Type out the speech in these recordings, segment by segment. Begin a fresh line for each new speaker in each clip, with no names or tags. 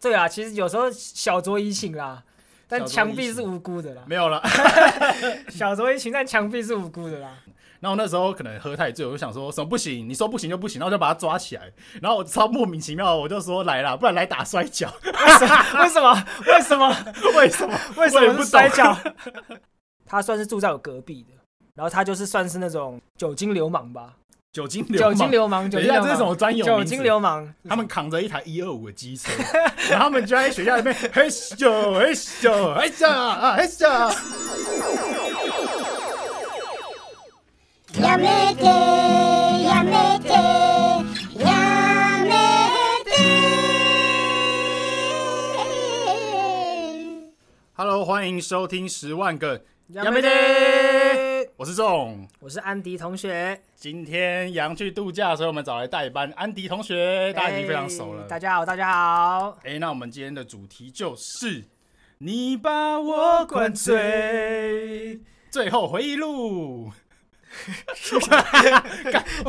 对啊，其实有时候小酌怡情啦，但
小酌
墙
怡
壁是
情
无辜的啦。
没有了。
小酌怡情，但墙壁是无辜的 啦。
然后那时候可能喝太醉，我就想说什么不行，你说不行就不行，然后就把他抓起来，然后我超莫名其妙，我就说来啦，不然来打摔跤，
为什么？为什么？
为什么？
为什
我也
么
不
是摔
懂
跤？ 他算是住在我隔壁的，然后他就是算是那种酒精流氓吧，
酒精流
酒
氓，
精流氓，酒
等一
精
下
流
这是什
氓，
么专有
酒
名
精
词
流氓，
他们扛着一台一二五的机车，然后他们就在学校里面嘿咻嘿咻嘿咻啊嘿咻，
やめてやめてやめて
Hello，欢迎收听十万个
杨梅
梅
爹，
我是仲。
我是安迪同学，
今天杨去度假，所以我们找来代班安迪同学，大家已经非常熟了
哎。大家好，大家好，
哎、那我们今天的主题就是你把我灌醉，最后回忆录。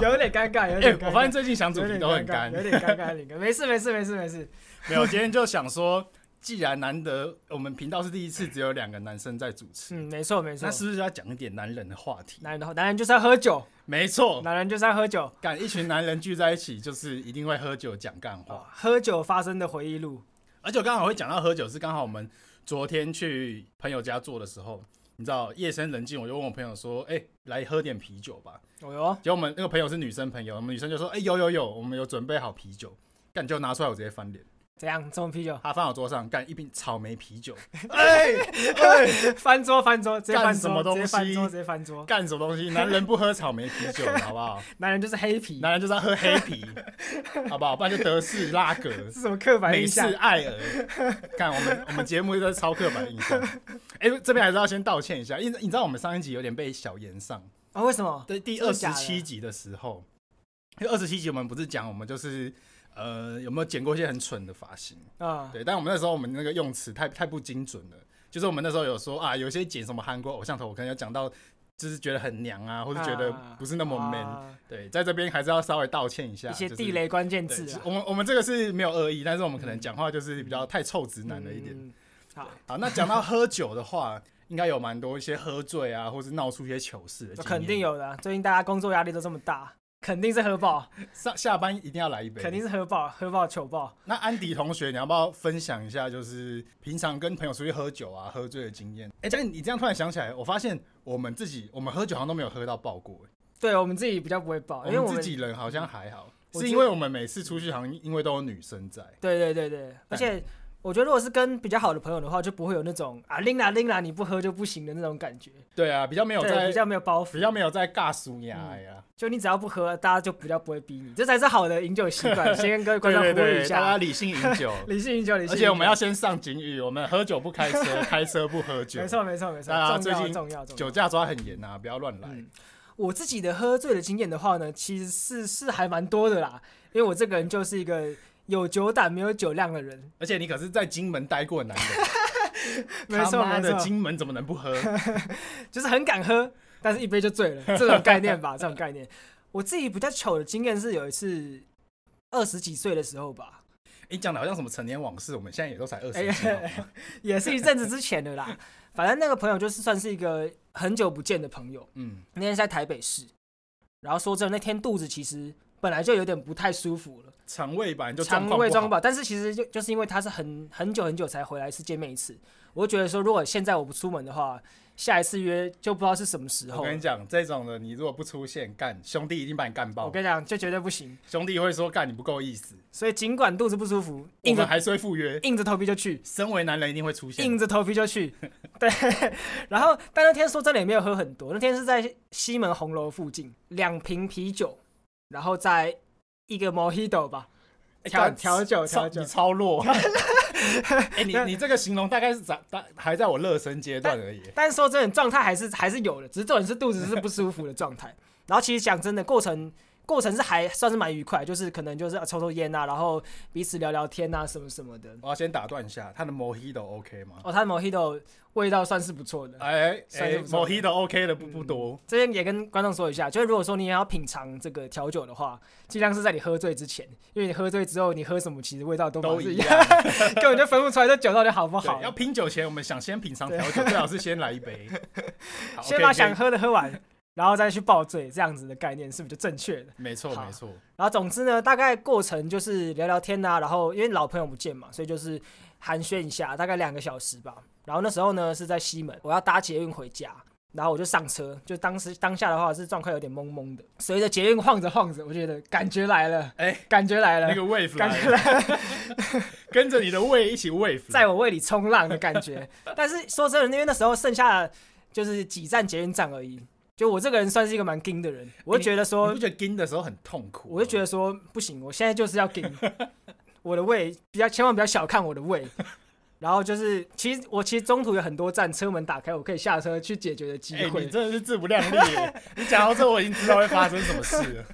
有点尴尬，有
哎、
点尴尬。
我发现最近想主
有
题
点
都很干
尬，，有点尴尬，有点尴尬。没事，没事，没事，没事。
没有，今天就想说，既然难得我们频道是第一次只有两个男生在主持，
嗯，没错，没错
那。是不是要讲一点男人的话题？
男人的话，男人就是要喝酒，
没错，
男人就是要喝酒。
干一群男人聚在一起，就是一定会喝酒讲干话。
哦喝酒发生的回忆录，
而且我刚好会讲到喝酒，是刚好我们昨天去朋友家做的时候，你知道夜深人静，我就问我朋友说：“哎、来喝点啤酒吧。
哦哟”，
结果我们那个朋友是女生朋友，我们女生就说：“哎、有有有，我们有准备好啤酒。”干就拿出来，我直接翻脸。
怎样？这么啤酒
他放我桌上，干一瓶草莓啤酒， 哎哎，
翻桌，翻桌，直接
干
翻
什么
桌，直
东
接翻
西
桌，直接翻桌。
干什么东西？男人不喝草莓啤酒，好不好？
男人就是黑啤，
男人就是要喝黑啤，好不好？不然就德式拉 格，
是什么刻板
美
印
式
象？
艾尔，看我们我们节目都是超刻板印象。哎、这边还是要先道歉一下，因为你知道我们上一集有点被小言上，
啊，为什么？
对第
真
二
的
十
假的
七集的时候，因为二十七集我们不是讲我们就是呃有没有剪过一些很蠢的发型？
啊，
对，但我们那时候我们那个用词太太不精准了，就是我们那时候有说啊，有些剪什么韩国偶像头，我可能有讲到。就是觉得很娘啊，或者觉得
啊
不是那么 man，、
啊
对，在这边还是要稍微道歉一下。
一些
就是哦
地雷关键
对
字啊，
我们我们这个是没有恶意，但是我们可能讲话就是比较太臭直男了一点。
嗯。好，
好，那讲到喝酒的话，应该有蛮多一些喝醉啊，或是闹出一些糗事的经验。
肯定有的啊。最近大家工作压力都这么大，肯定是喝爆，
上下班一定要来一杯。
肯定是喝爆，喝爆糗爆。
那安迪同学，你要不要分享一下，就是平常跟朋友出去喝酒啊，喝醉的经验？哎、但你这样突然想起来，我发现我们自己，我们喝酒好像都没有喝到爆过、哎
对我们自己比较不会哦爆，因为
我
我
们
们嗯
自己人好像还好，
我觉得
是因为我们每次出去好像因为都有女生在。
对对对对，而且我觉得如果是跟比较好的朋友的话，就不会有那种啊拎啦拎啦你不喝就不行的那种感觉，
对啊，比较没有
对，
在
比较没嗯有包
比
袱，
较没有在尬苏牙呀。
就你只要不喝，大家就比较不会逼你，这才是好的饮酒习惯。先跟各位观众
对对
呼吁
对，
一
大家
下，
理性饮酒，
理性饮酒，理性饮酒。
而且我们要先上警语，我们喝酒不 开车，开车不喝酒。
没，错没错没错，
大家
重要
最近
重要重要。
酒驾抓很严啊，不要乱来。
嗯，我自己的喝醉的经验的话呢，其实是是还蛮多的啦，因为我这个人就是一个有酒胆没有酒量的人。
而且你可是在金门待过的男人，
没
他
错
妈
没
的
错，
金门怎么能不喝？
就是很敢喝，但是一杯就醉了， 这种概念吧，这种概念。我自己比较糗的经验是有一次二十几岁的时候吧，
你讲的好像什么成年往事，我们现在也都才二
哎
十几，好吗
也是一阵子之前的啦。反正那个朋友就是算是一个很久不见的朋友，
嗯，
那天是在台北市，然后说真的，那天肚子其实本来就有点不太舒服了。
肠胃吧，你就状
肠
况
胃
不
装
好，
吧，但是其实就就是因为他是很很久很久才回来一次见面一次，我就觉得说，如果现在我不出门的话，下一次约就不知道是什么时
我
候了。
跟你讲，这种的你如果不出现，干兄弟一定把你干
我
爆，
跟你讲，就绝对不行。
兄弟会说干你不够意思，
所以尽管肚子不舒服，
我
硬
们
着
还是会赴约。
硬着头皮就去，
身为男人一定会出现
硬，着头皮就去。 对，然后但那天说真的也没有喝很多，那天是在西门红楼附近，两瓶啤酒，然后在一个 Mojito 吧，
哎
调
干
调酒
超
调酒
你 超弱。哎，你你这个形容大概是在大还在我热身阶段而已。
但是说 真的，状态还是还是有的，只是重点是肚子是不舒服的状态。然后其实讲真的，过程过程是还算是蛮愉快，就是可能就是啊抽抽烟啊，然后彼此聊聊天啊，什么什么的。
我要先打断一下，他的 Mojito OK 吗？
哦，他的 Mojito 味道算是不错的。
哎
算嗯
哎
是不错
，Mojito OK 的不不多，
这边也跟观众说一下，就是如果说你要品尝这个调酒的话，尽量是在你喝醉之前，因为你喝醉之后，你喝什么其实味道都
都
都
一
一
样，。
根本就分不出来这酒到底好不好
对，。要拼酒前，我们想先品尝调酒，最好是先来 一杯，好
先
OK，
把
可以
想喝的喝完，然后再去爆醉，这样子的概念是不是就正确的？
没错
好
没错，
然后总之呢，大概过程就是聊聊天呐、啊然后因为老朋友不见嘛，所以就是寒暄一下，大概两个小时吧。然后那时候呢是在西门，我要搭捷运回家，然后我就上车，就当时当下的话是状况有点懵懵的，随着捷运晃着晃着，我觉得感觉来了，
哎
感觉来了，
那个 wave
感
来
觉
了
来了，
跟着你的胃一起 wave，
在我胃里冲浪的感觉。 但是说真的，因为那时候剩下就是几站捷运站而已，就我这个人算是一个蛮硬的 人，我就觉得说
你不觉得盯的时候很痛苦吗？
我就觉得说不行，我现在就是要给 你我的胃比较，千万不要小看我的胃。然后就是，其实我其实中途有很多站车门打开，我可以下车去解决的机
哎、
会，
你真的是自不量力耶。你讲到这，我已经知道会发生什么事 了。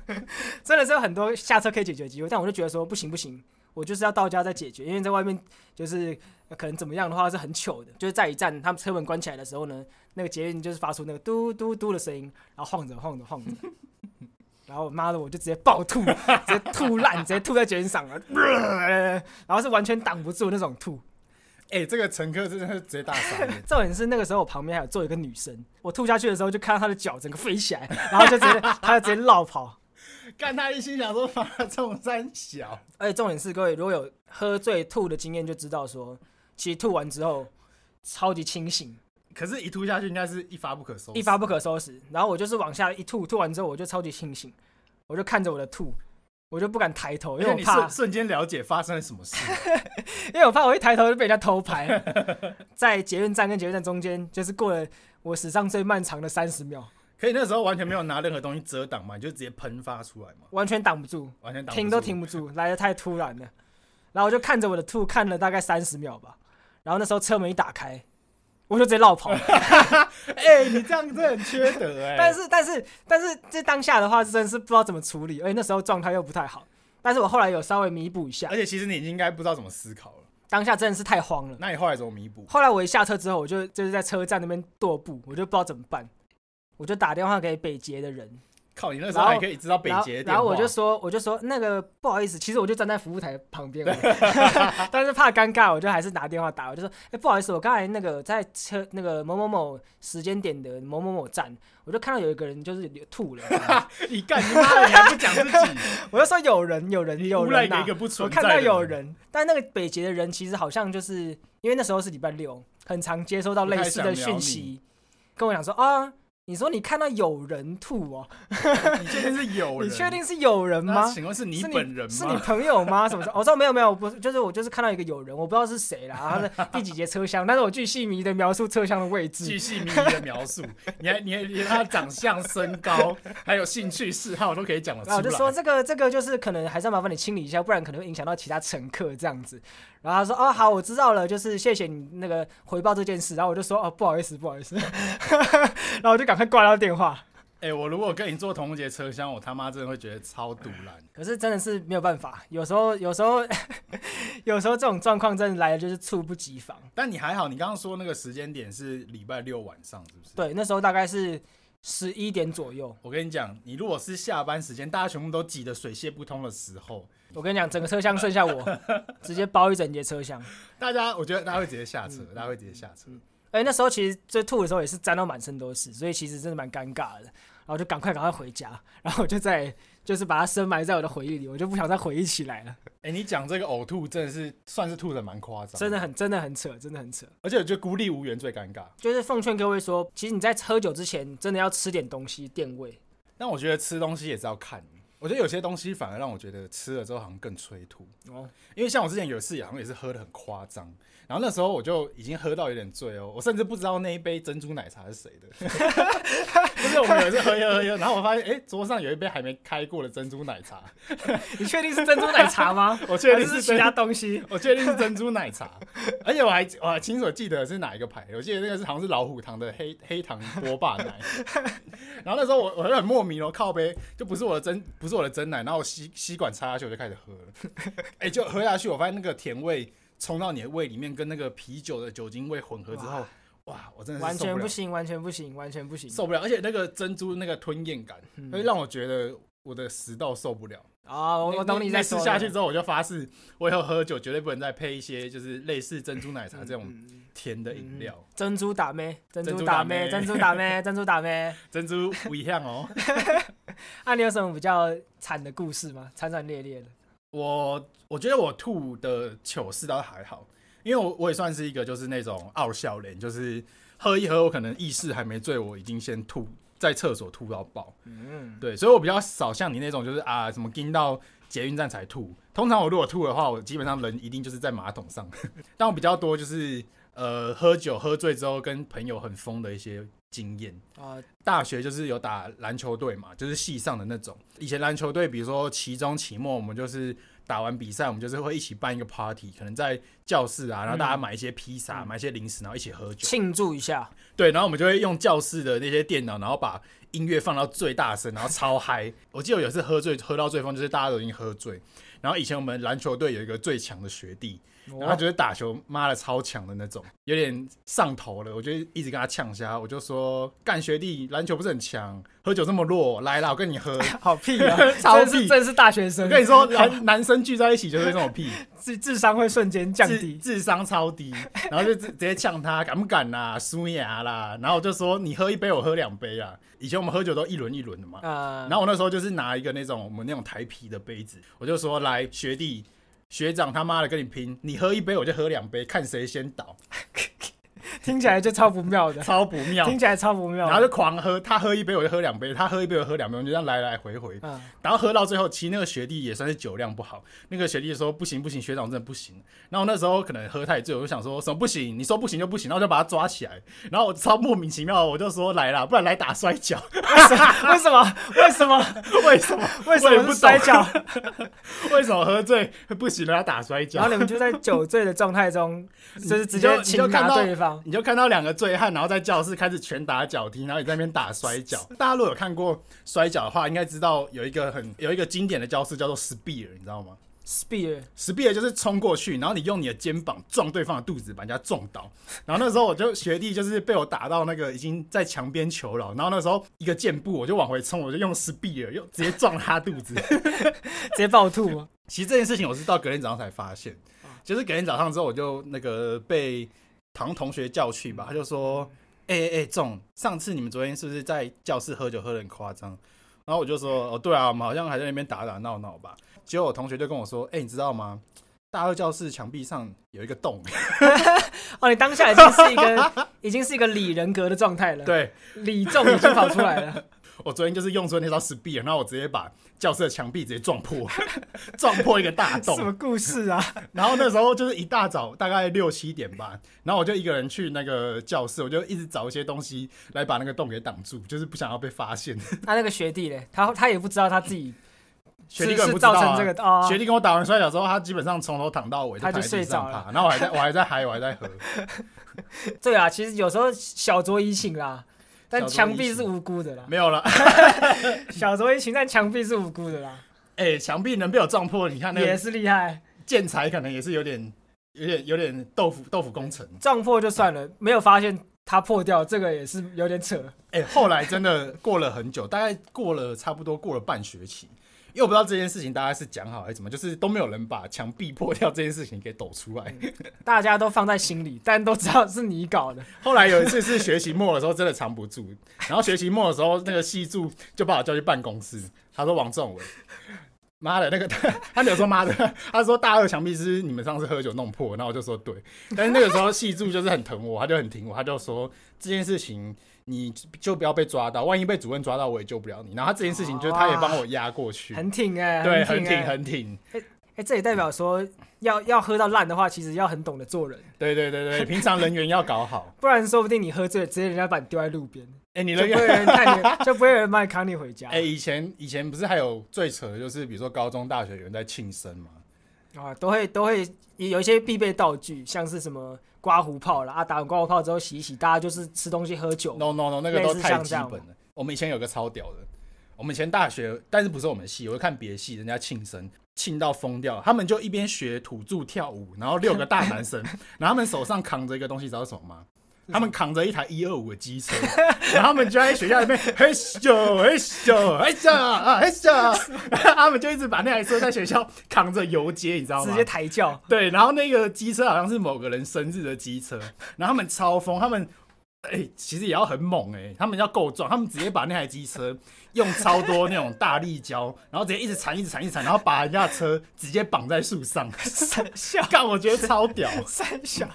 真的是有很多下车可以解决的机会。但我就觉得说不行不行，我就是要到家再解决，因为在外面就是呃可能怎么样的话是很糗的。就是在一站他们车门关起来的时候呢，那个捷运就是发出那个嘟嘟嘟的声音，然后晃着晃着晃着。 然后妈的，我就直接暴吐，直接吐烂，直接吐在捷运上了，然后是完全挡不住那种吐。
哎、这个乘客真的是直接大傻 眼。
重点是那个时候我旁边还有坐一个女生，我吐下去的时候就看到她的脚整个飞起来，然后就直接她就直接落跑。
干他一心想说，发冲三小，
而且重点是各位如果有喝醉吐的经验，就知道说，其实吐完之后超级清醒，
可是，一吐下去应该是一发不可收拾，
一发不可收拾。然后我就是往下一吐，吐完之后我就超级清醒，我就看着我的吐，我就不敢抬头，
而
因
且
为我
哎你
怕
瞬，瞬间了解发生了什么事。
因为我怕我一抬头就被人家偷拍。在捷运站跟捷运站中间，就是过了我史上最漫长的三十秒，
可以那时候完全没有拿任何东西遮挡嘛，你就直接喷发出来嘛，
完全挡不住。
完全挡不住
停都停。不住，来的太突然了。然后我就看着我的兔看了大概三十秒吧，然后那时候车门一打开，我就直接绕跑。
哎、你这样真的很缺德 哎、
但是但是但是这当下的话，真的是不知道怎么处理，而且那时候状态又不太好。但是我后来有稍微弥补一下
而，且其实你应该不知道怎么思考了。
当下真的是太慌了。
那你后来怎么弥补？
后来我一下车之后，我就就是在车站那边踱步，我就不知道怎么办，我就打电话给北捷的人，
靠，你那时候还可以知道北
然后
捷的
然后我
电
就
话
说，我就说那个不好意思，其实我就站在服务台旁边而已， 但是怕尴尬，我就还是拿电话打。我就说，哎、不好意思，我刚才那个在车那个某某某时间点的某某某站，我就看到有一个人就是吐了，
你干你妈的，你还不讲自己？
我就说有人，有人，
你
有
诬赖
人、
给一
啊
个。不存
我
在
看
的
到有人，但那个北捷的人其实好像就是因为那时候是礼拜六，很常接收到类似的
不太想聊
讯
你
息，跟我讲说啊，你说你看到有人吐哦，
你确定是有
你
人？
确定是有人
那
吗？
请问是你
是
本人
是你
吗？
朋友吗？什么时 哦候？我说没有没有，我不是，就是我就是看到一个友人，我不知道是谁啦，他的第几节车厢，但是我巨细迷的描述车厢的位置
巨。细靡遗的描述，你还你还连他长相、身高，还有兴趣嗜好都可以讲得出
然
哦来。
后我就说这个这个就是可能还是要麻烦你清理一下，不然可能会影响到其他乘客这样子。然后他说哦好，我知道了，就是谢谢你那个回报这件事。然后我就说哦不好意思不好意思， 然后我就赶快挂掉电话。
哎、我如果跟你坐同一节车厢，我他妈真的会觉得超堵烂。
可是真的是没有办法，有时候有时候 有时候这种状况真的来的就是猝不及防。
但你还好，你刚刚说那个时间点是礼拜六晚上，是不是？。
对，那时候大概是十一点左右。
我跟你讲，你如果是下班时间，大家全部都挤得水泄不通的时候，
我跟你讲，整个车厢剩下我，直接包一整节车厢。
大家我觉得大家会直接下车，大家会直接下车。
哎、那时候其实最吐的时候也是沾到满身都是，所以其实真的蛮尴尬的。然后就赶快赶快回家，然后我就在就是把它深埋在我的回忆里，我就不想再回忆起来了。
哎、你讲这个呕吐真的是算是吐的蛮夸张，
真的，很真的很扯，真的很扯。
而且我觉得孤立无援最尴尬。
就是奉劝各位说，其实你在喝酒之前，真的要吃点东西垫胃。
但我觉得吃东西也是要看，我觉得有些东西反而让我觉得吃了之后好像更催吐。
哦，
因为像我之前有一次好像也是喝的很夸张，然后那时 候我就已经喝到有点醉哦，我甚至不知道那一杯珍珠奶茶是谁的，不是我们有一次喝一喝喝一喝，然后我发现哎、桌上有一杯还没开过的珍珠奶茶，
你确定是珍珠奶茶吗？
我 确定
还是
是
其他东西。
我确定是珍珠奶茶，而且我还我还清楚记得是哪一个牌，我记得那个是好像是老虎堂的黑黑糖波霸奶。 然后那时候我我就很莫名哦，靠杯就不是我的真不是我的真奶，然后我吸吸管插下去我就开始喝了， 哎、就喝下去，我发现那个甜味冲到你的胃里面，跟那个啤酒的酒精味混合之后，哇我真的是
完
受
全
不
不
了，
行，完全不行，完全不嗯行。
受不了，而且那个珍珠那个吞咽感，会让我觉得我的食道受不了。
啊，我我懂你
在
在
试
说
下
的
去之后，我就发誓，我以后喝酒绝对不能再配一些就是类似珍珠奶茶这种
嗯嗯
甜的饮料。
珍珠打咩？珍
珠
珠
打
打
咩
咩？珍珠打咩？珍珠打咩？
珍珠不一样哦。
啊，你有什么比较惨的故事吗？惨惨烈烈的。
我我觉得我吐的糗事倒是还好，因为我我也算是一个就是那种傲笑脸，就是喝一喝，我可能意识还没醉，我已经先吐，在厕所吐到爆。
嗯，
对，所以我比较少像你那种，就是啊，什么盯到捷运站才吐。通常我如果吐的话，我基本上人一定就是在马桶上。 但我比较多就是呃，喝酒喝醉之后跟朋友很疯的一些经验。
啊，
大学就是有打篮球队嘛，就是系上的那种。以前篮球队，比如说期中、期末，我们就是打完比赛，我们就是会一起办一个 party，可能在教室啊，然后大家买一些披萨、买一些零食，然后一起喝酒。
庆祝一下。
对，然后我们就会用教室的那些电脑，然后把音乐放到最大声，然后超嗨。我记得我有一次喝醉，喝到最疯，就是大家都已经喝醉。然后以前我们篮球队有一个最强的学弟，然后他觉得打球妈的超强的那种，有点上头了。我就一直跟他呛虾，我就说干学弟，篮球不是很强，喝酒这么弱，来啦，我跟你喝。！
好屁 啊
超
真
屁
是真是大学生，
我跟你说，男男生聚在一起就是这种屁。
智智商会瞬间降
智
低。
智商超低， 然后就直直接呛他敢不敢啦，输牙啦，然后我就说你喝一杯，我喝两杯啊。以前我们喝酒都一轮一轮的嘛，
呃
然，后我那时候就是拿一个那种我们那种台啤的杯子，我就说来学弟学长他妈的跟你拼，你喝一杯我就喝两杯，看谁先倒，
听起来就超不妙 的，
超不妙。
听起来超不妙的。
然后就狂喝，他喝一杯我就喝两杯，他喝一杯我喝两杯，我们就这样来来回回。
嗯，
然后喝到最后，其实那个学弟也算是酒量不好。那个学弟说不行不行，学长真的不行。然后那时候可能喝太醉，我就想说什么不行，你说不行就不行，然后就把他抓起来。然后我超莫名其妙，我就说来啦，不然来打摔跤。
为什么？为什么？
为什么？
为什
我也
么
不
是摔
懂
跤？
为什么喝醉不行了要打摔
然后
跤？
你们就在酒醉的状态 中，就是直
你
接
就
擒
你就看
拿
到
对方。
你就看到两个醉汉，然后在教室开始拳打脚踢，然后你在那边打 摔跤。大家如果有看过摔跤的话，应该知道有一个很有一个经典的教室叫做 spear，你知道吗？
Spear，
s p e a 就是冲过去，然后你用你的肩膀撞对方的肚子，把人家撞倒。然后那时候我就学弟就是被我打到那个已经在墙边求饶，然后那时候一个箭步我就往回冲，我就用 spear 又直接撞他肚子。
直接暴吐 吗？
其实这件事情我是到隔天早上才发现，
哦
就是隔天早上之后我就那个被唐同学叫去吧，他就说：“
嗯
哎哎哎，仲，上次你们昨天是不是在教室喝酒喝的很夸张？”然后我就说：“哦，对啊，我们好像还在那边打打闹闹吧。”结果我同学就跟我说：“哎、你知道吗？大二教室墙壁上有一 个洞，
哦，你当下已经是一个 已经是一个理人格的状态了，，
对
理重已经跑出 来了，
我昨天就是用出那招 spear，然后我直接把教室的墙壁直接撞破， 撞破一个大洞
什。么故事啊？
然后那时候就是一大早，大概六七点吧，然后我就一个人去那个教室，我就一直找一些东西来把那个洞给挡住，就是不想要被 发现。
他、那个学弟嘞，他他也不知道他自己
学弟
是
根本
是
不知道、
造成
啊，
这个哦，
学弟跟我打完摔跤之后，他基本上从头躺到尾，
他就
躺在地上
睡着了
爬。然后我还在，我还在嗨，我还 在喝。
对啊，其实有时候小酌怡情啦，但
小酌
墙
怡
壁是
情
无辜的啦，
没有了，
小酌怡情，但墙壁是无辜的啦，
哎、墙壁能被我撞破，你看那
也
个
是厉害，
建材可能也是有点、有点、有点豆腐豆腐工程。
撞破就算了，没有发现他破掉，这个也是有点扯，
哎、后来真的过了很久，大概过了差不多过了半学期，因为我不知道这件事情大家是讲好还是怎么，就是都没有人把墙壁破掉这件事情给抖出来。
大家都放在心里，但都知道是你搞的，
后来有一次是学期末的时候真的藏不住，然后学期末的时候那个系助就把我叫去办公室，他说王仲伟。妈的，那个 他他没有说妈的， 他说大二墙壁是你们上次喝酒弄破，然后我就说对，但是那个时候系助就是很疼我，他就很挺我，他就说这件事情你就不要被抓到，万一被主任抓到我也救不了你。然后他这件事情就是他也帮我压过去，
很挺哎、
对，哦很
很
挺啊
哎、
很挺，
哎这也代表说要要喝到烂的话，其实要很懂得做人。
对对对对，平常人缘要搞好。
不然说不定你喝醉了，直接人家把你丢在路边。
哎，你
就
的
不会有人看你，就不会有人帮你扛你回家。
哎，以前以前不是还有最扯的就是，比如说高中、大学有人在庆生嘛，
啊，都会都会有一些必备道具，像是什么刮胡泡啦，啊，打完刮胡泡之后洗一洗，大家就是吃东西喝酒。
No No No，那个都
类似
太
像
基
这样
本了。我们以前有个超屌的，我们以前大学，但是不是我们系，我会看别系，人家庆生庆到疯掉，他们就一边学土著跳舞，然后六个大男生，然后他们手上扛着一个东西，知道是什么吗？他们扛着一台一二五的机车，然后他们就在学校里面 嘿咻嘿咻嘿咻啊嘿咻， 然后他们就一直把那台车在学校扛着游街，你知道吗？
直接抬 轿，
对，然后那个机车好像是某个人生日的机车，然后他们超疯，他们哎、其实也要很猛哎、他们要够壮，他们直接把那台机车用超多那种大力胶，然后直接一直缠，一直缠，一直缠，然后把人家的车直接绑在树上，
三笑
干，我觉得超屌，
三笑，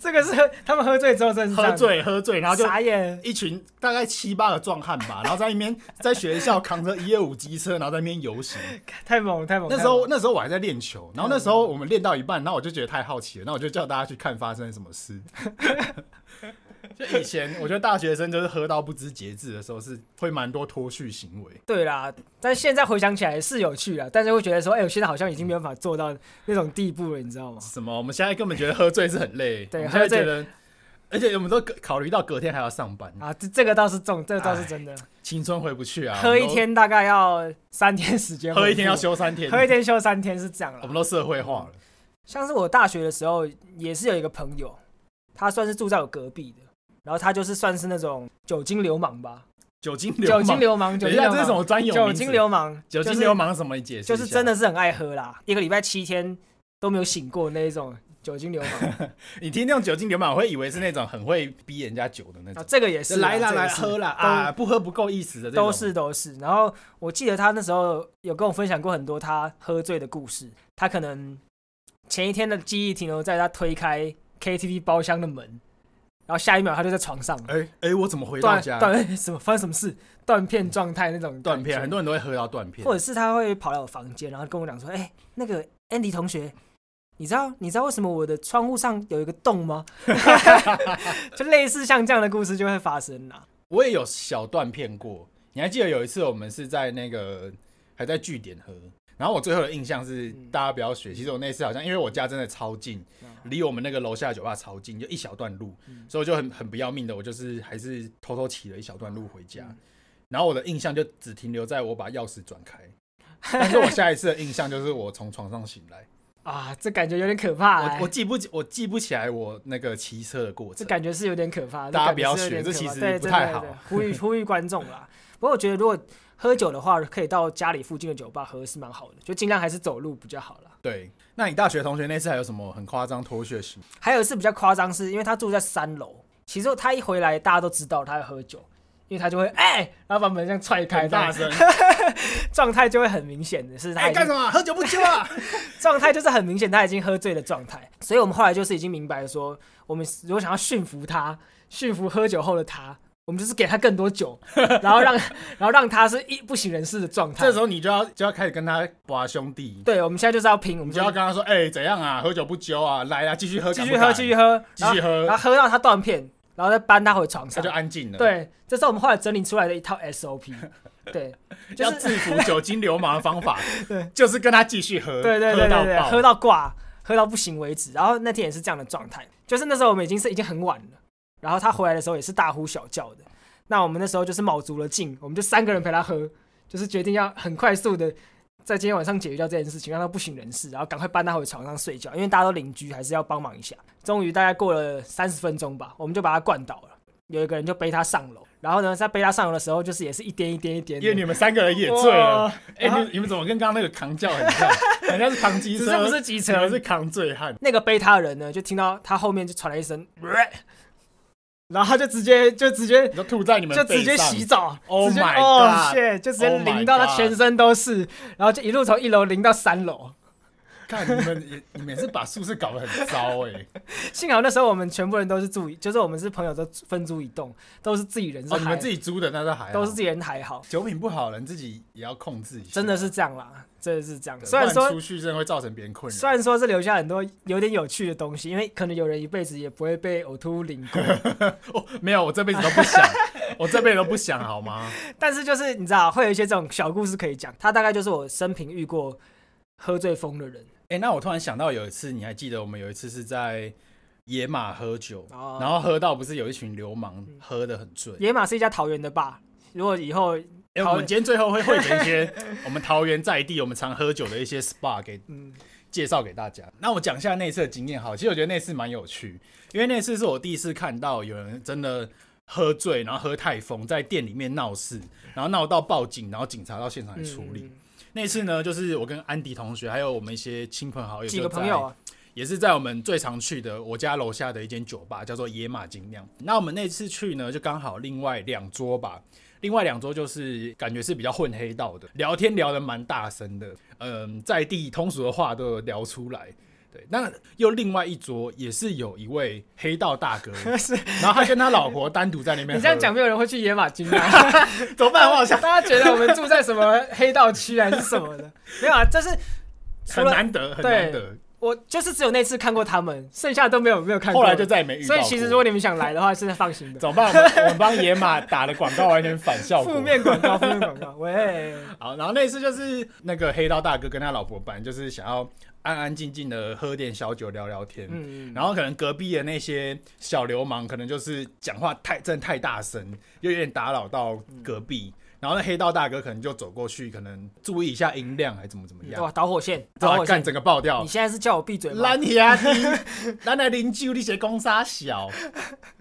这个是喝他们喝醉之后真的是这样
喝，醉喝醉，然后就
傻眼，
一群大概七八个壮汉吧，然后在那边在学校扛着一二五机车，然后在那边游行，
太猛了太猛了。
那时
太猛
候
了
那时候我还在练球，然后那时候我们练到一半，然后我就觉得太好奇了，那我就叫大家去看发生了什么事。 就以前我觉得大学生就是喝到不知节制的时候，是会蛮多脱序行为。
对啦，但现在回想起来是有趣啊，但是会觉得说，哎、我现在好像已经没有办法做到那种地步了，你知道吗？
什么？我们现在根本觉得喝醉是很累，
对
我们现在
喝醉
觉得，而且我们都考虑到隔天还要上班，
啊，这这个倒是重，这个倒是真的。
青春回不去啊。
喝
我
一
们都，
天大概要三天时间，
喝一天要，休三天，
喝一，天休三天是这样
我
了
们。都社会化了。
像是我大学的时候，也是有一个朋友，他算是住在我隔壁的，然后他就是算是那种酒精流氓吧，
酒精流
酒
氓，
精流氓，酒
等一
精
下
流
这是什么
氓，
专有名
酒
词
精，流氓，
酒精
就是
流氓是什么？你解释
就是真
的，
的是很爱喝啦，一个礼拜七天都没有醒过那一种酒精流 氓
你听那种酒精流氓，我会以为是那种很会逼人家酒的那种
啊，。这个也是啊
来啦
这个
来
也是
喝啦啊，不喝不够意思的这种，
都是都是。然后我记得他那时候有跟我分享过很多他喝醉的故事，他可能前一天的记忆停留在他推开 KTV 包厢的门，然后下一秒他就在床上了
哎哎，我怎么回到
断
家
断、哎什么发生什么事断片状态那种
断片，很
多，
多人都会喝到断片
或，者是他会跑来我房间，然后跟我讲说：“哎、那个 Andy 同学。”你知道你知道为什么我的窗户上有一个洞 吗？ 就类似像这样的故事就会发生啦。
我也有小断片过。你还记得有一次我们是在那个还在据点喝，然后我最后的印象是
嗯
大家不要学。其实我那次好像因为我家真的超近，离我们那个楼下的酒吧超近，就一小段路，
嗯
所以我就很很不要命的，我就是还是偷偷骑了一小段路回家
嗯。
然后我的印象就只停留在我把钥匙转开，但是我下一次的印象就是我从床上醒来。
啊，这感觉有点可怕、欸
我我记不起，我记不起来我那个骑车的过
这
程。
感觉是有点可怕，
大
感
家
觉
不要
是有
学
点
这
可
其
怕
实
对
不
真
太
的
好
对呼吁呼吁观众 啦。不过我觉得如果喝酒的话，可以到家里附近的酒吧喝是蛮好的，就尽量还是走路比较好啦。
对，那你大学同学那次还有什么很夸张脱血行为？
还有一次比较夸张，是因为他住在三楼，其实他一回来大家都知道他在喝酒，因为他就会哎、然后把门这样踹开，
很大声，
状态就会很明显的是他
哎，
已经
干什么？喝酒不揪 啊！
状态就是很明显他已经喝醉的状态，所以我们后来就是已经明白说，我们如果想要驯服他，驯服喝酒后的他，我们就是给他更多酒， 然后让然后让他是一不省人事的状态。
这时候你就要就要开始跟他耍兄弟，
对，我们现在就是要拼，我
你
们
就
就
要
要
跟他说，哎，怎样啊？喝酒不揪啊？来啊，继续喝，
继
敢
续
不敢
喝，继续，喝，
继续喝
然后然后喝到他断片，然后再搬他回床
他
上
就。安静了。，
啊对，这是我们后来整理出来的一套 SOP。对，就
要
是
制服酒精流氓的方法
对，
就是跟他继续喝，
对对
喝
对对
到
对，
爆，
喝到挂，喝到不行为止。然后那天也是这样的状态，就是那时候我们已经是已经很晚了，然后他回来的时候也是大呼小叫的。那我们那时候就是卯足了劲，我们就三个人陪他喝，就是决定要很快速的在今天晚上解决掉这件事情，让他不省人事，然后赶快搬他回床上睡觉，因为大家都邻居，还是要帮忙一下。终于大概过了三十分钟吧，我们就把他灌倒了。有一个人就背他上楼，然后呢，在背他上楼的时候，就是也是一颠一颠一颠的，
因为你们三个人也醉了
哇。
哎，
然后
你你们怎么跟刚刚那个扛轿很 像？人家是扛机
只是
车，
不是机车
你，们是扛醉汉。
那个背他的人呢，就听到他后面就传来一声，然后他就直接就直接
你就吐在你们
就直接
背上
洗澡
Oh
直接
my
哦
god
，shit，就直接
Oh my
淋到他
god
全身都是，然后就一路从一楼淋到三楼，
看你们也你们也是把宿舍搞得很 糟哎、
幸好那时候我们全部人都是住一，就是我们是朋友都分租一栋，都是自己人，
哦，你们自
己
己租的那是还好
都是自己人还好，
酒品不好的人自己也要控制一下，
真的是这样啦，真的是这样。
对。
虽然
不
说
出去真的会造成别人困
虽
扰，
然说是留下很多有点有趣的东西，因为可能有人一辈子也不会被呕吐物淋 过，
哦，没有，我这辈子都不想，我这辈子都不想好 吗？
但是就是你知道，会有一些这种小故事可以讲。他大概就是我生平遇过喝醉疯的人，
哎、那我突然想到有一次，你还记得我们有一次是在野马喝酒，
哦嗯
然后喝到不是有一群流氓喝得很醉。
野马是一家桃园的吧。如果以后
哎、
桃
我们今天最 后会汇整一些我们桃园在地我们常喝酒的一些 SPA 给
嗯
介绍给大家。那我讲一下那次的经验好了，其实我觉得那次蛮有趣，因为那次是我第一次看到有人真的喝醉，然后喝太疯，在店里面闹事，然后闹到报警，然后警察到现场来处理。
嗯
那次呢，就是我跟安迪同学还有我们一些亲朋好友，
几个朋友啊，
也是在我们最常去的我家楼下的一间酒吧，叫做野马精酿。那我们那次去呢，就刚好另外两桌吧，另外两桌就是感觉是比较混黑道的，聊天聊得蛮大声的，嗯，在地通俗的话都有聊出来。对，那又另外一桌也是有一位黑道大哥，
是
然后他跟他老婆单独在那边喝。
你这样讲，没有人会去野马军 吧？
怎么办？我好像
大家觉得我们住在什么黑道区还是什么的？没有啊，就是除
很
了
难得，很难得。
我就是只有那次看过他们，剩下都没有没有看过。
后来就再也没遇到
所
过。
以其实如果你们想来的话，是放心的。
怎么办？我们我们帮野马打的广告完全反效果，
负面广告，负面广告，喂，
好，然后那次就是那个黑道大哥跟他老婆班，就是想要安安静静的喝点小酒聊聊天。
嗯，
然后可能隔壁的那些小流氓，可能就是讲话太真的太大声，又有点打扰到
嗯
隔壁。然后那黑道大哥可能就走过去，可能注意一下音量，还怎么怎么样，
哇，导火线，
然
导
后
火
啊干
线，
整个爆掉
你。现在是叫我闭嘴吗？
咱兄 弟，咱的邻居，你是公啥小？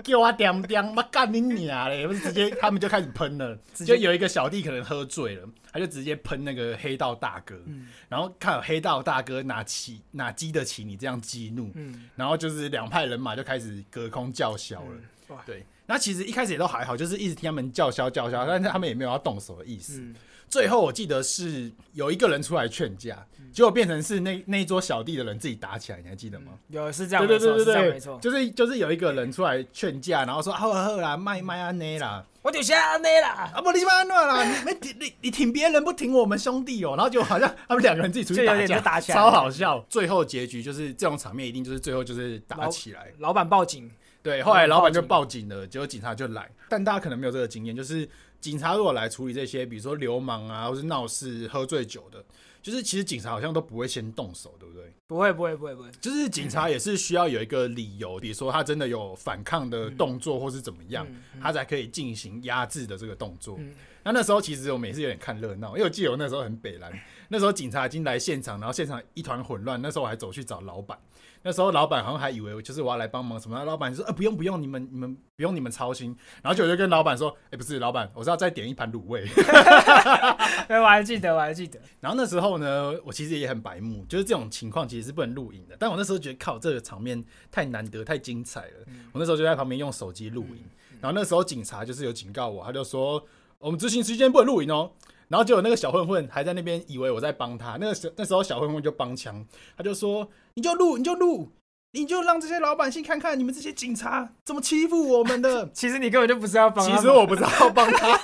叫我点点，我干你娘嘞！不是直接他们就开始喷了，就有一个小弟可能喝醉了，他就直接喷那个黑道大哥，
嗯
然后看有黑道大哥哪起哪激得起你这样激怒，
嗯，
然后就是两派人马就开始隔空叫嚣了。
哇，
对，那其实一开始也都还好，就是一直听他们叫嚣叫嚣，但是他们也没有要动手的意思。
嗯
最后我记得是有一个人出来劝架，结果变成是那那一桌小弟的人自己打起来，你还记得吗？
有是这样，
对对
没错
嗯
是
对对
这样
对，
没错。
就是就是有一个人出来劝架，然后说啊好啦好啦，卖卖安内啦，
我就下那啦，
啊不你卖安诺啦，你你你你挺别人不挺我们兄弟哦、然后就好像 他们两个人自己出去
就有
打
点
架，
就打起来
超
了
好笑。最后结局就是这种场面一定就是最后就是打
老
起来，
老板报警，
对，后来老板就报警了，结果警察就来。但大家可能没有这个经验，就是警察如果来处理这些，比如说流氓啊，或是闹事、喝醉酒的，就是其实警察好像都不会先动手，对不对？
不会不会不会不 会，
就是警察也是需要有一个理由，比如说他真的有反抗的动作，或是怎么样，他才可以进行压制的这个动作。那那时候其实我们也是有点看热闹，因为我记得我那时候很北蓝， 那时候警察已经来现场，然后现场一团混乱，那时候我还走去找老板。那时候老板好像还以为我就是我要来帮忙什么，老板就说呃不用不用，你们你们不用你们操心。然后就我就跟老板说，哎、不是老板，我是要再点一盘卤味。哎
对，我还记得我还记得，
然后那时候呢，我其实也很白目，就是这种情况其实是不能录影的。但我那时候觉得靠，这个场面太难得、太精彩了。我那时候就在旁边用手机录影。然后那时候警察就是有警告我，他就说我们执行期间不能录影哦。然后结果那个小混混还在那边以为我在帮他，那个时那时候小混混就帮腔，他就说你就录你就录，你就让这些老百姓看看你们这些警察怎么欺负我们的。
其实你根本就不是要帮他
其
们，
实我不知道帮他，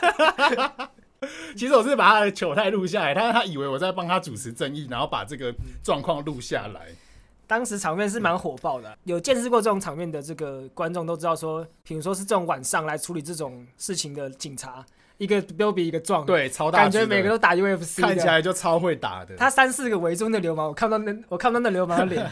其实我是把他的糗态录下来，但是他以为我在帮他主持正义，然后把这个状况录下来。
嗯当时场面是蛮火爆的啊、有见识过这种场面的这个观众都知道说，比如说是这种晚上来处理这种事情的警察，一个都比一个壮，，
对，超大
感
只
觉
的，
每个都打 UFC 的
看起来就超会打的。
他三四个围住那流氓，我看不到那我看不到那流氓的 脸，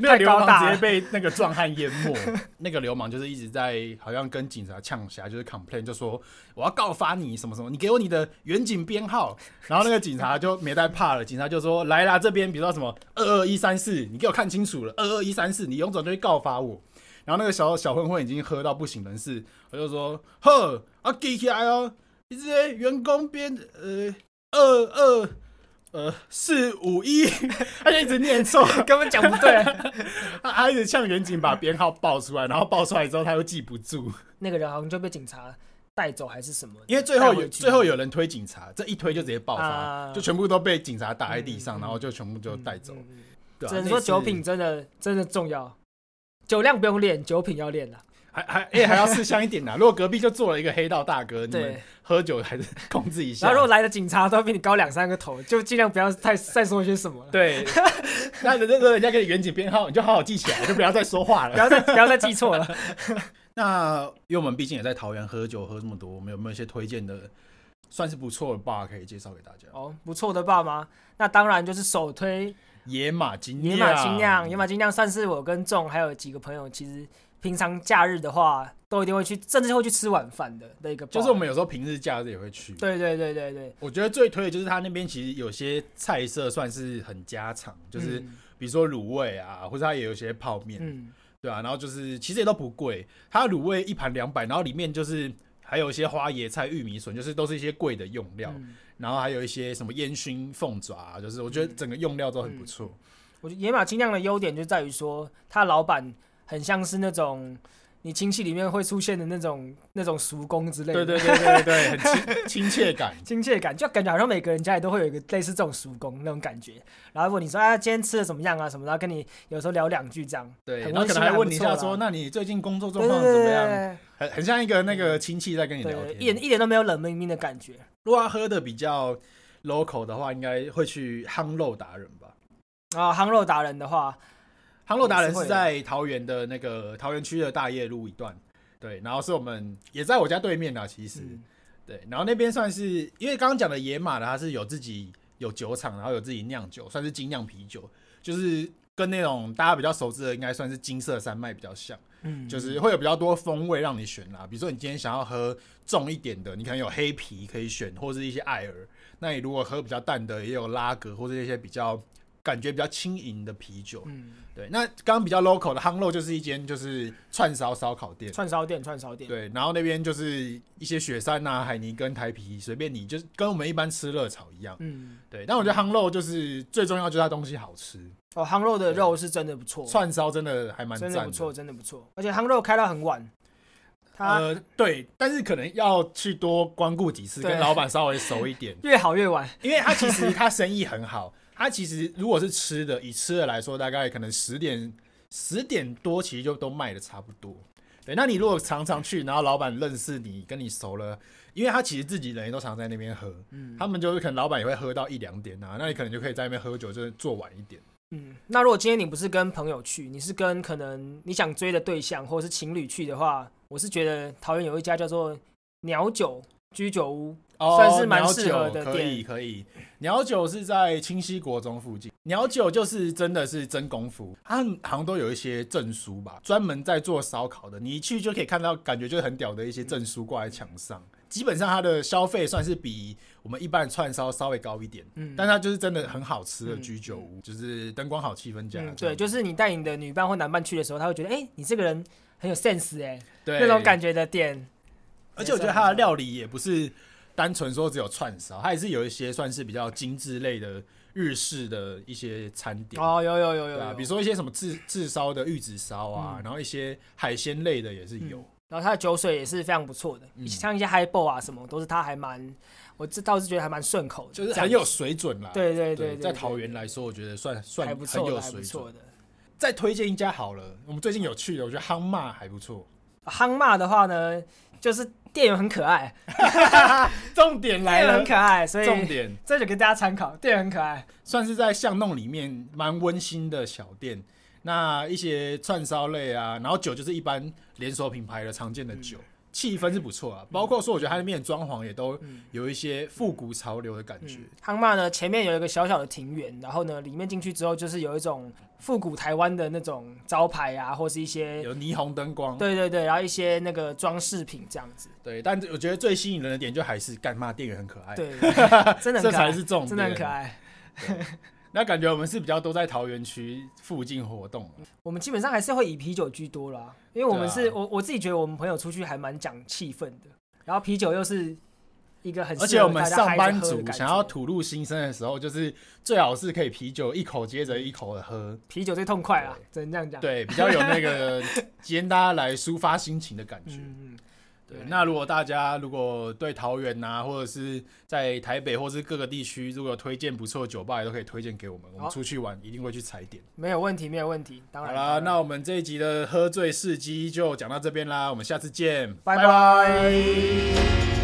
那个流
太高
氓
大
直
了
接被那个壮汉淹没。 那个流氓就是一直在好像跟警察呛起来，就是 complain，就说我要告发你什么什么，你给我你的远景编号。然后那个警察就没带怕了，警察就说来啦，这边比如说什么二二一三四，你给我看清楚了，二二一三四，你永总就会告发我。然后那个小小混混已经喝到不省人事，我就说呵，啊记起来哦，你这些员工编呃二二呃四五一， 他就一直念错。
根本讲不对。啊
他 他一直向远景把编号报出来，然后报出来之后他又记不住，
那个人好像就被警察带走还是什么，
因为最后
带
有
回去
最后有人推警察，这一推就直接爆发，
啊
嗯就全部都被警察打在地上，然后就全部就带走。
嗯嗯嗯
对啊
只能说
那次
酒品真的真的重要，酒量不用练，酒品要练了。啊
还还哎、还要适香一点 呐、如果隔壁就坐了一个黑道大哥，你们
对，
喝酒还是控制一下。
然后如果来的警察都比你高两三个头，就尽量不要太再说些什么了，
对，那人家人家给你远景编号，你就好好记起来，就不要再说话
不
了。
要再不要再记错了。
那因为我们毕竟也在桃园喝酒喝这么多，我们有没有一些推荐的算是不错的 bar 可以介绍给大家？
哦，不错的爸妈，那当然就是首推
野马精
野马精酿，野
嗯
马精酿算是我跟仲还有几个朋友，其实平常假日的话，都一定会去，甚至会去吃晚饭的的一个 bar。
就是我们有时候平日假日也会去。，
对对对对对，
我觉得最推的就是他那边其实有些菜色算是很家常，就是
嗯
比如说卤味啊，或者他也有一些泡面，
嗯，
对啊，然后就是其实也都不贵，它卤味一盘两百，然后里面就是还有一些花椰菜、玉米笋，就是都是一些贵的用料，
嗯
然后还有一些什么烟熏凤爪、啊，就是我觉得整个用料都很不错。
我觉得野马精酿的优点就在于说，它老板很像是那种你亲戚里面会出现的那种那种叔公之类的，
对对对对对，很 亲亲切感。
亲切感，就感觉好像每个人家里都会有一个类似这种叔公那种感觉。然后问你说，哎、今天吃的怎么样啊什么的，然后跟你有时候聊两句这样，
对，
很
然后可能还问你一下
温馨啊
说，
不错啦
那你最近工作
对对
状况怎么样？
对
很很像一个那个亲戚在跟你
对
聊
对，
天。
一点一点都没有冷冰冰的感觉。
嗯如果他喝的比较 local 的话，应该会去夯肉达人吧。
啊，夯肉达人的话，
夯肉达
也
人是
是会的
在桃园的那个桃园区的大业路一段，对，然后是我们也在我家对面啊，其实、
嗯，
对，然后那边算是因为刚刚讲的野马的，它是有自己有酒厂，然后有自己酿酒，算是精酿啤酒，就是跟那种大家比较熟知的，应该算是金色山脉比较像，
嗯
就是会有比较多风味让你选啦。比如说你今天想要喝重一点的，你可能有黑啤可以选，或是一些艾尔。那你如果喝比较淡的，也有拉格或者一些比较感觉比较轻盈的啤酒。
嗯，
对，那刚刚比较 local 的夯肉就是一间就是串烧烧烤店，
串烧店，串烧店，
对，然后那边就是一些雪山啊、海泥跟台皮，随便你，就是跟我们一般吃热炒一样。
嗯，
对，但我觉得夯肉就是最重要，就是它东西好吃，
哦，夯肉的肉是真的不错，
串烧真的还蛮
真
赞
的不错，。真的不错。而且夯肉开到很晚，它
呃，对，但是可能要去多光顾几次，
对
跟老板稍微熟一
，
点
越好越晚，
因为他其实他生意很好，他其实如果是吃的，以吃的来说，大概可能十点十点多其实就都卖的差不多。对，那你如果常常去，然后老板认识你，跟你熟了，因为他其实自己人也都常在那边喝，
嗯
他们就是可能老板也会喝到一两点啊，那你可能就可以在那边喝酒，就是做晚一点。
嗯。那如果今天你不是跟朋友去，你是跟可能你想追的对象或者是情侣去的话，我是觉得桃园有一家叫做鸟酒居酒屋，算是蛮适合的
哦鸟酒可以可以。鸟酒是在清溪国中附近，鸟酒就是真的是真功夫，它好像都有一些证书吧，专门在做烧烤的，你一去就可以看到，感觉就是很屌的一些证书挂在墙上。基本上它的消费算是比我们一般的串烧稍微高一点，
嗯，
但它就是真的很好吃的
嗯
居酒屋，就是灯光好，气氛佳这样
嗯，
子。
对，就是你带你的女伴或男伴去的时候，他会觉得，哎、你这个人很有 sense 哎、
对
那种感觉的店，
而且我觉得它的料理也不是单纯说只有串烧，它也是有一些算是比较精致类的日式的一些餐点。
哦，有有有有
对啊，
有，
比如说一些什么炙炙烧的玉子烧啊，
嗯
然后一些海鲜类的也是有。
然后它的酒水也是非常不错的，
嗯
像一些 high ball 啊什么，都是它还蛮，我这倒是觉得还蛮顺口的，
就是
这样
很有水准啦。
对对对对对
在桃园来说，我觉得算算
还不
很
错
有
的，还不
水
错
准。
的。
再推荐一家好了，我们最近有去的，我觉得夯骂还不错。
啊夯骂的话呢，就是店员很可爱，
重点
店
来
员
了
很，可爱，所
重
以
点
这就给大家参考，店员很可爱。
算是在巷弄里面蛮温馨的小店。那一些串烧类啊，然后酒就是一般连锁品牌的常见的
嗯
酒，气、氛是不错啊。包括说，我觉得它那边的装潢也都
嗯
有一些复古潮流的感觉。
嗯，夯骂呢前面有一个小小的庭园，然后呢里面进去之后就是有一种复古台湾的那种招牌啊，或是一些
有霓虹灯光，
对对对，然后一些那个装饰品这样子，
对，但我觉得最吸引人的点就还是干妈店员很可 爱，，啊
对，真的很可爱
这才是重点，
真的很可。爱。
那感觉我们是比较多在桃园区附近活动，啊
我们基本上还是会以啤酒居多啦，因为我们
对啊
是、我我自己觉得我们朋友出去还蛮讲气氛的，然后啤酒又是一个很
而
适
且
合
我们
大家
上
嗨着
班
喝的
族
感
想
觉
要吐露心声的时候，就是最好是可以啤酒一口接着一口的喝，
啤酒最痛快啦
对，
只能这样讲。
对，比较有那个今天大家来抒发心情的感觉。
嗯，嗯，
对
对，
那如果大家如果对桃园呐、或者是在台北或是各个地区，如果有推荐不错的酒吧，也都可以推荐给我们，我们
好
出去玩一定会去踩点。
没有问题，没有问题。当
好
然
啦，
当然
那我们这一集的喝醉事迹就讲到这边啦，我们下次见，
拜
拜
拜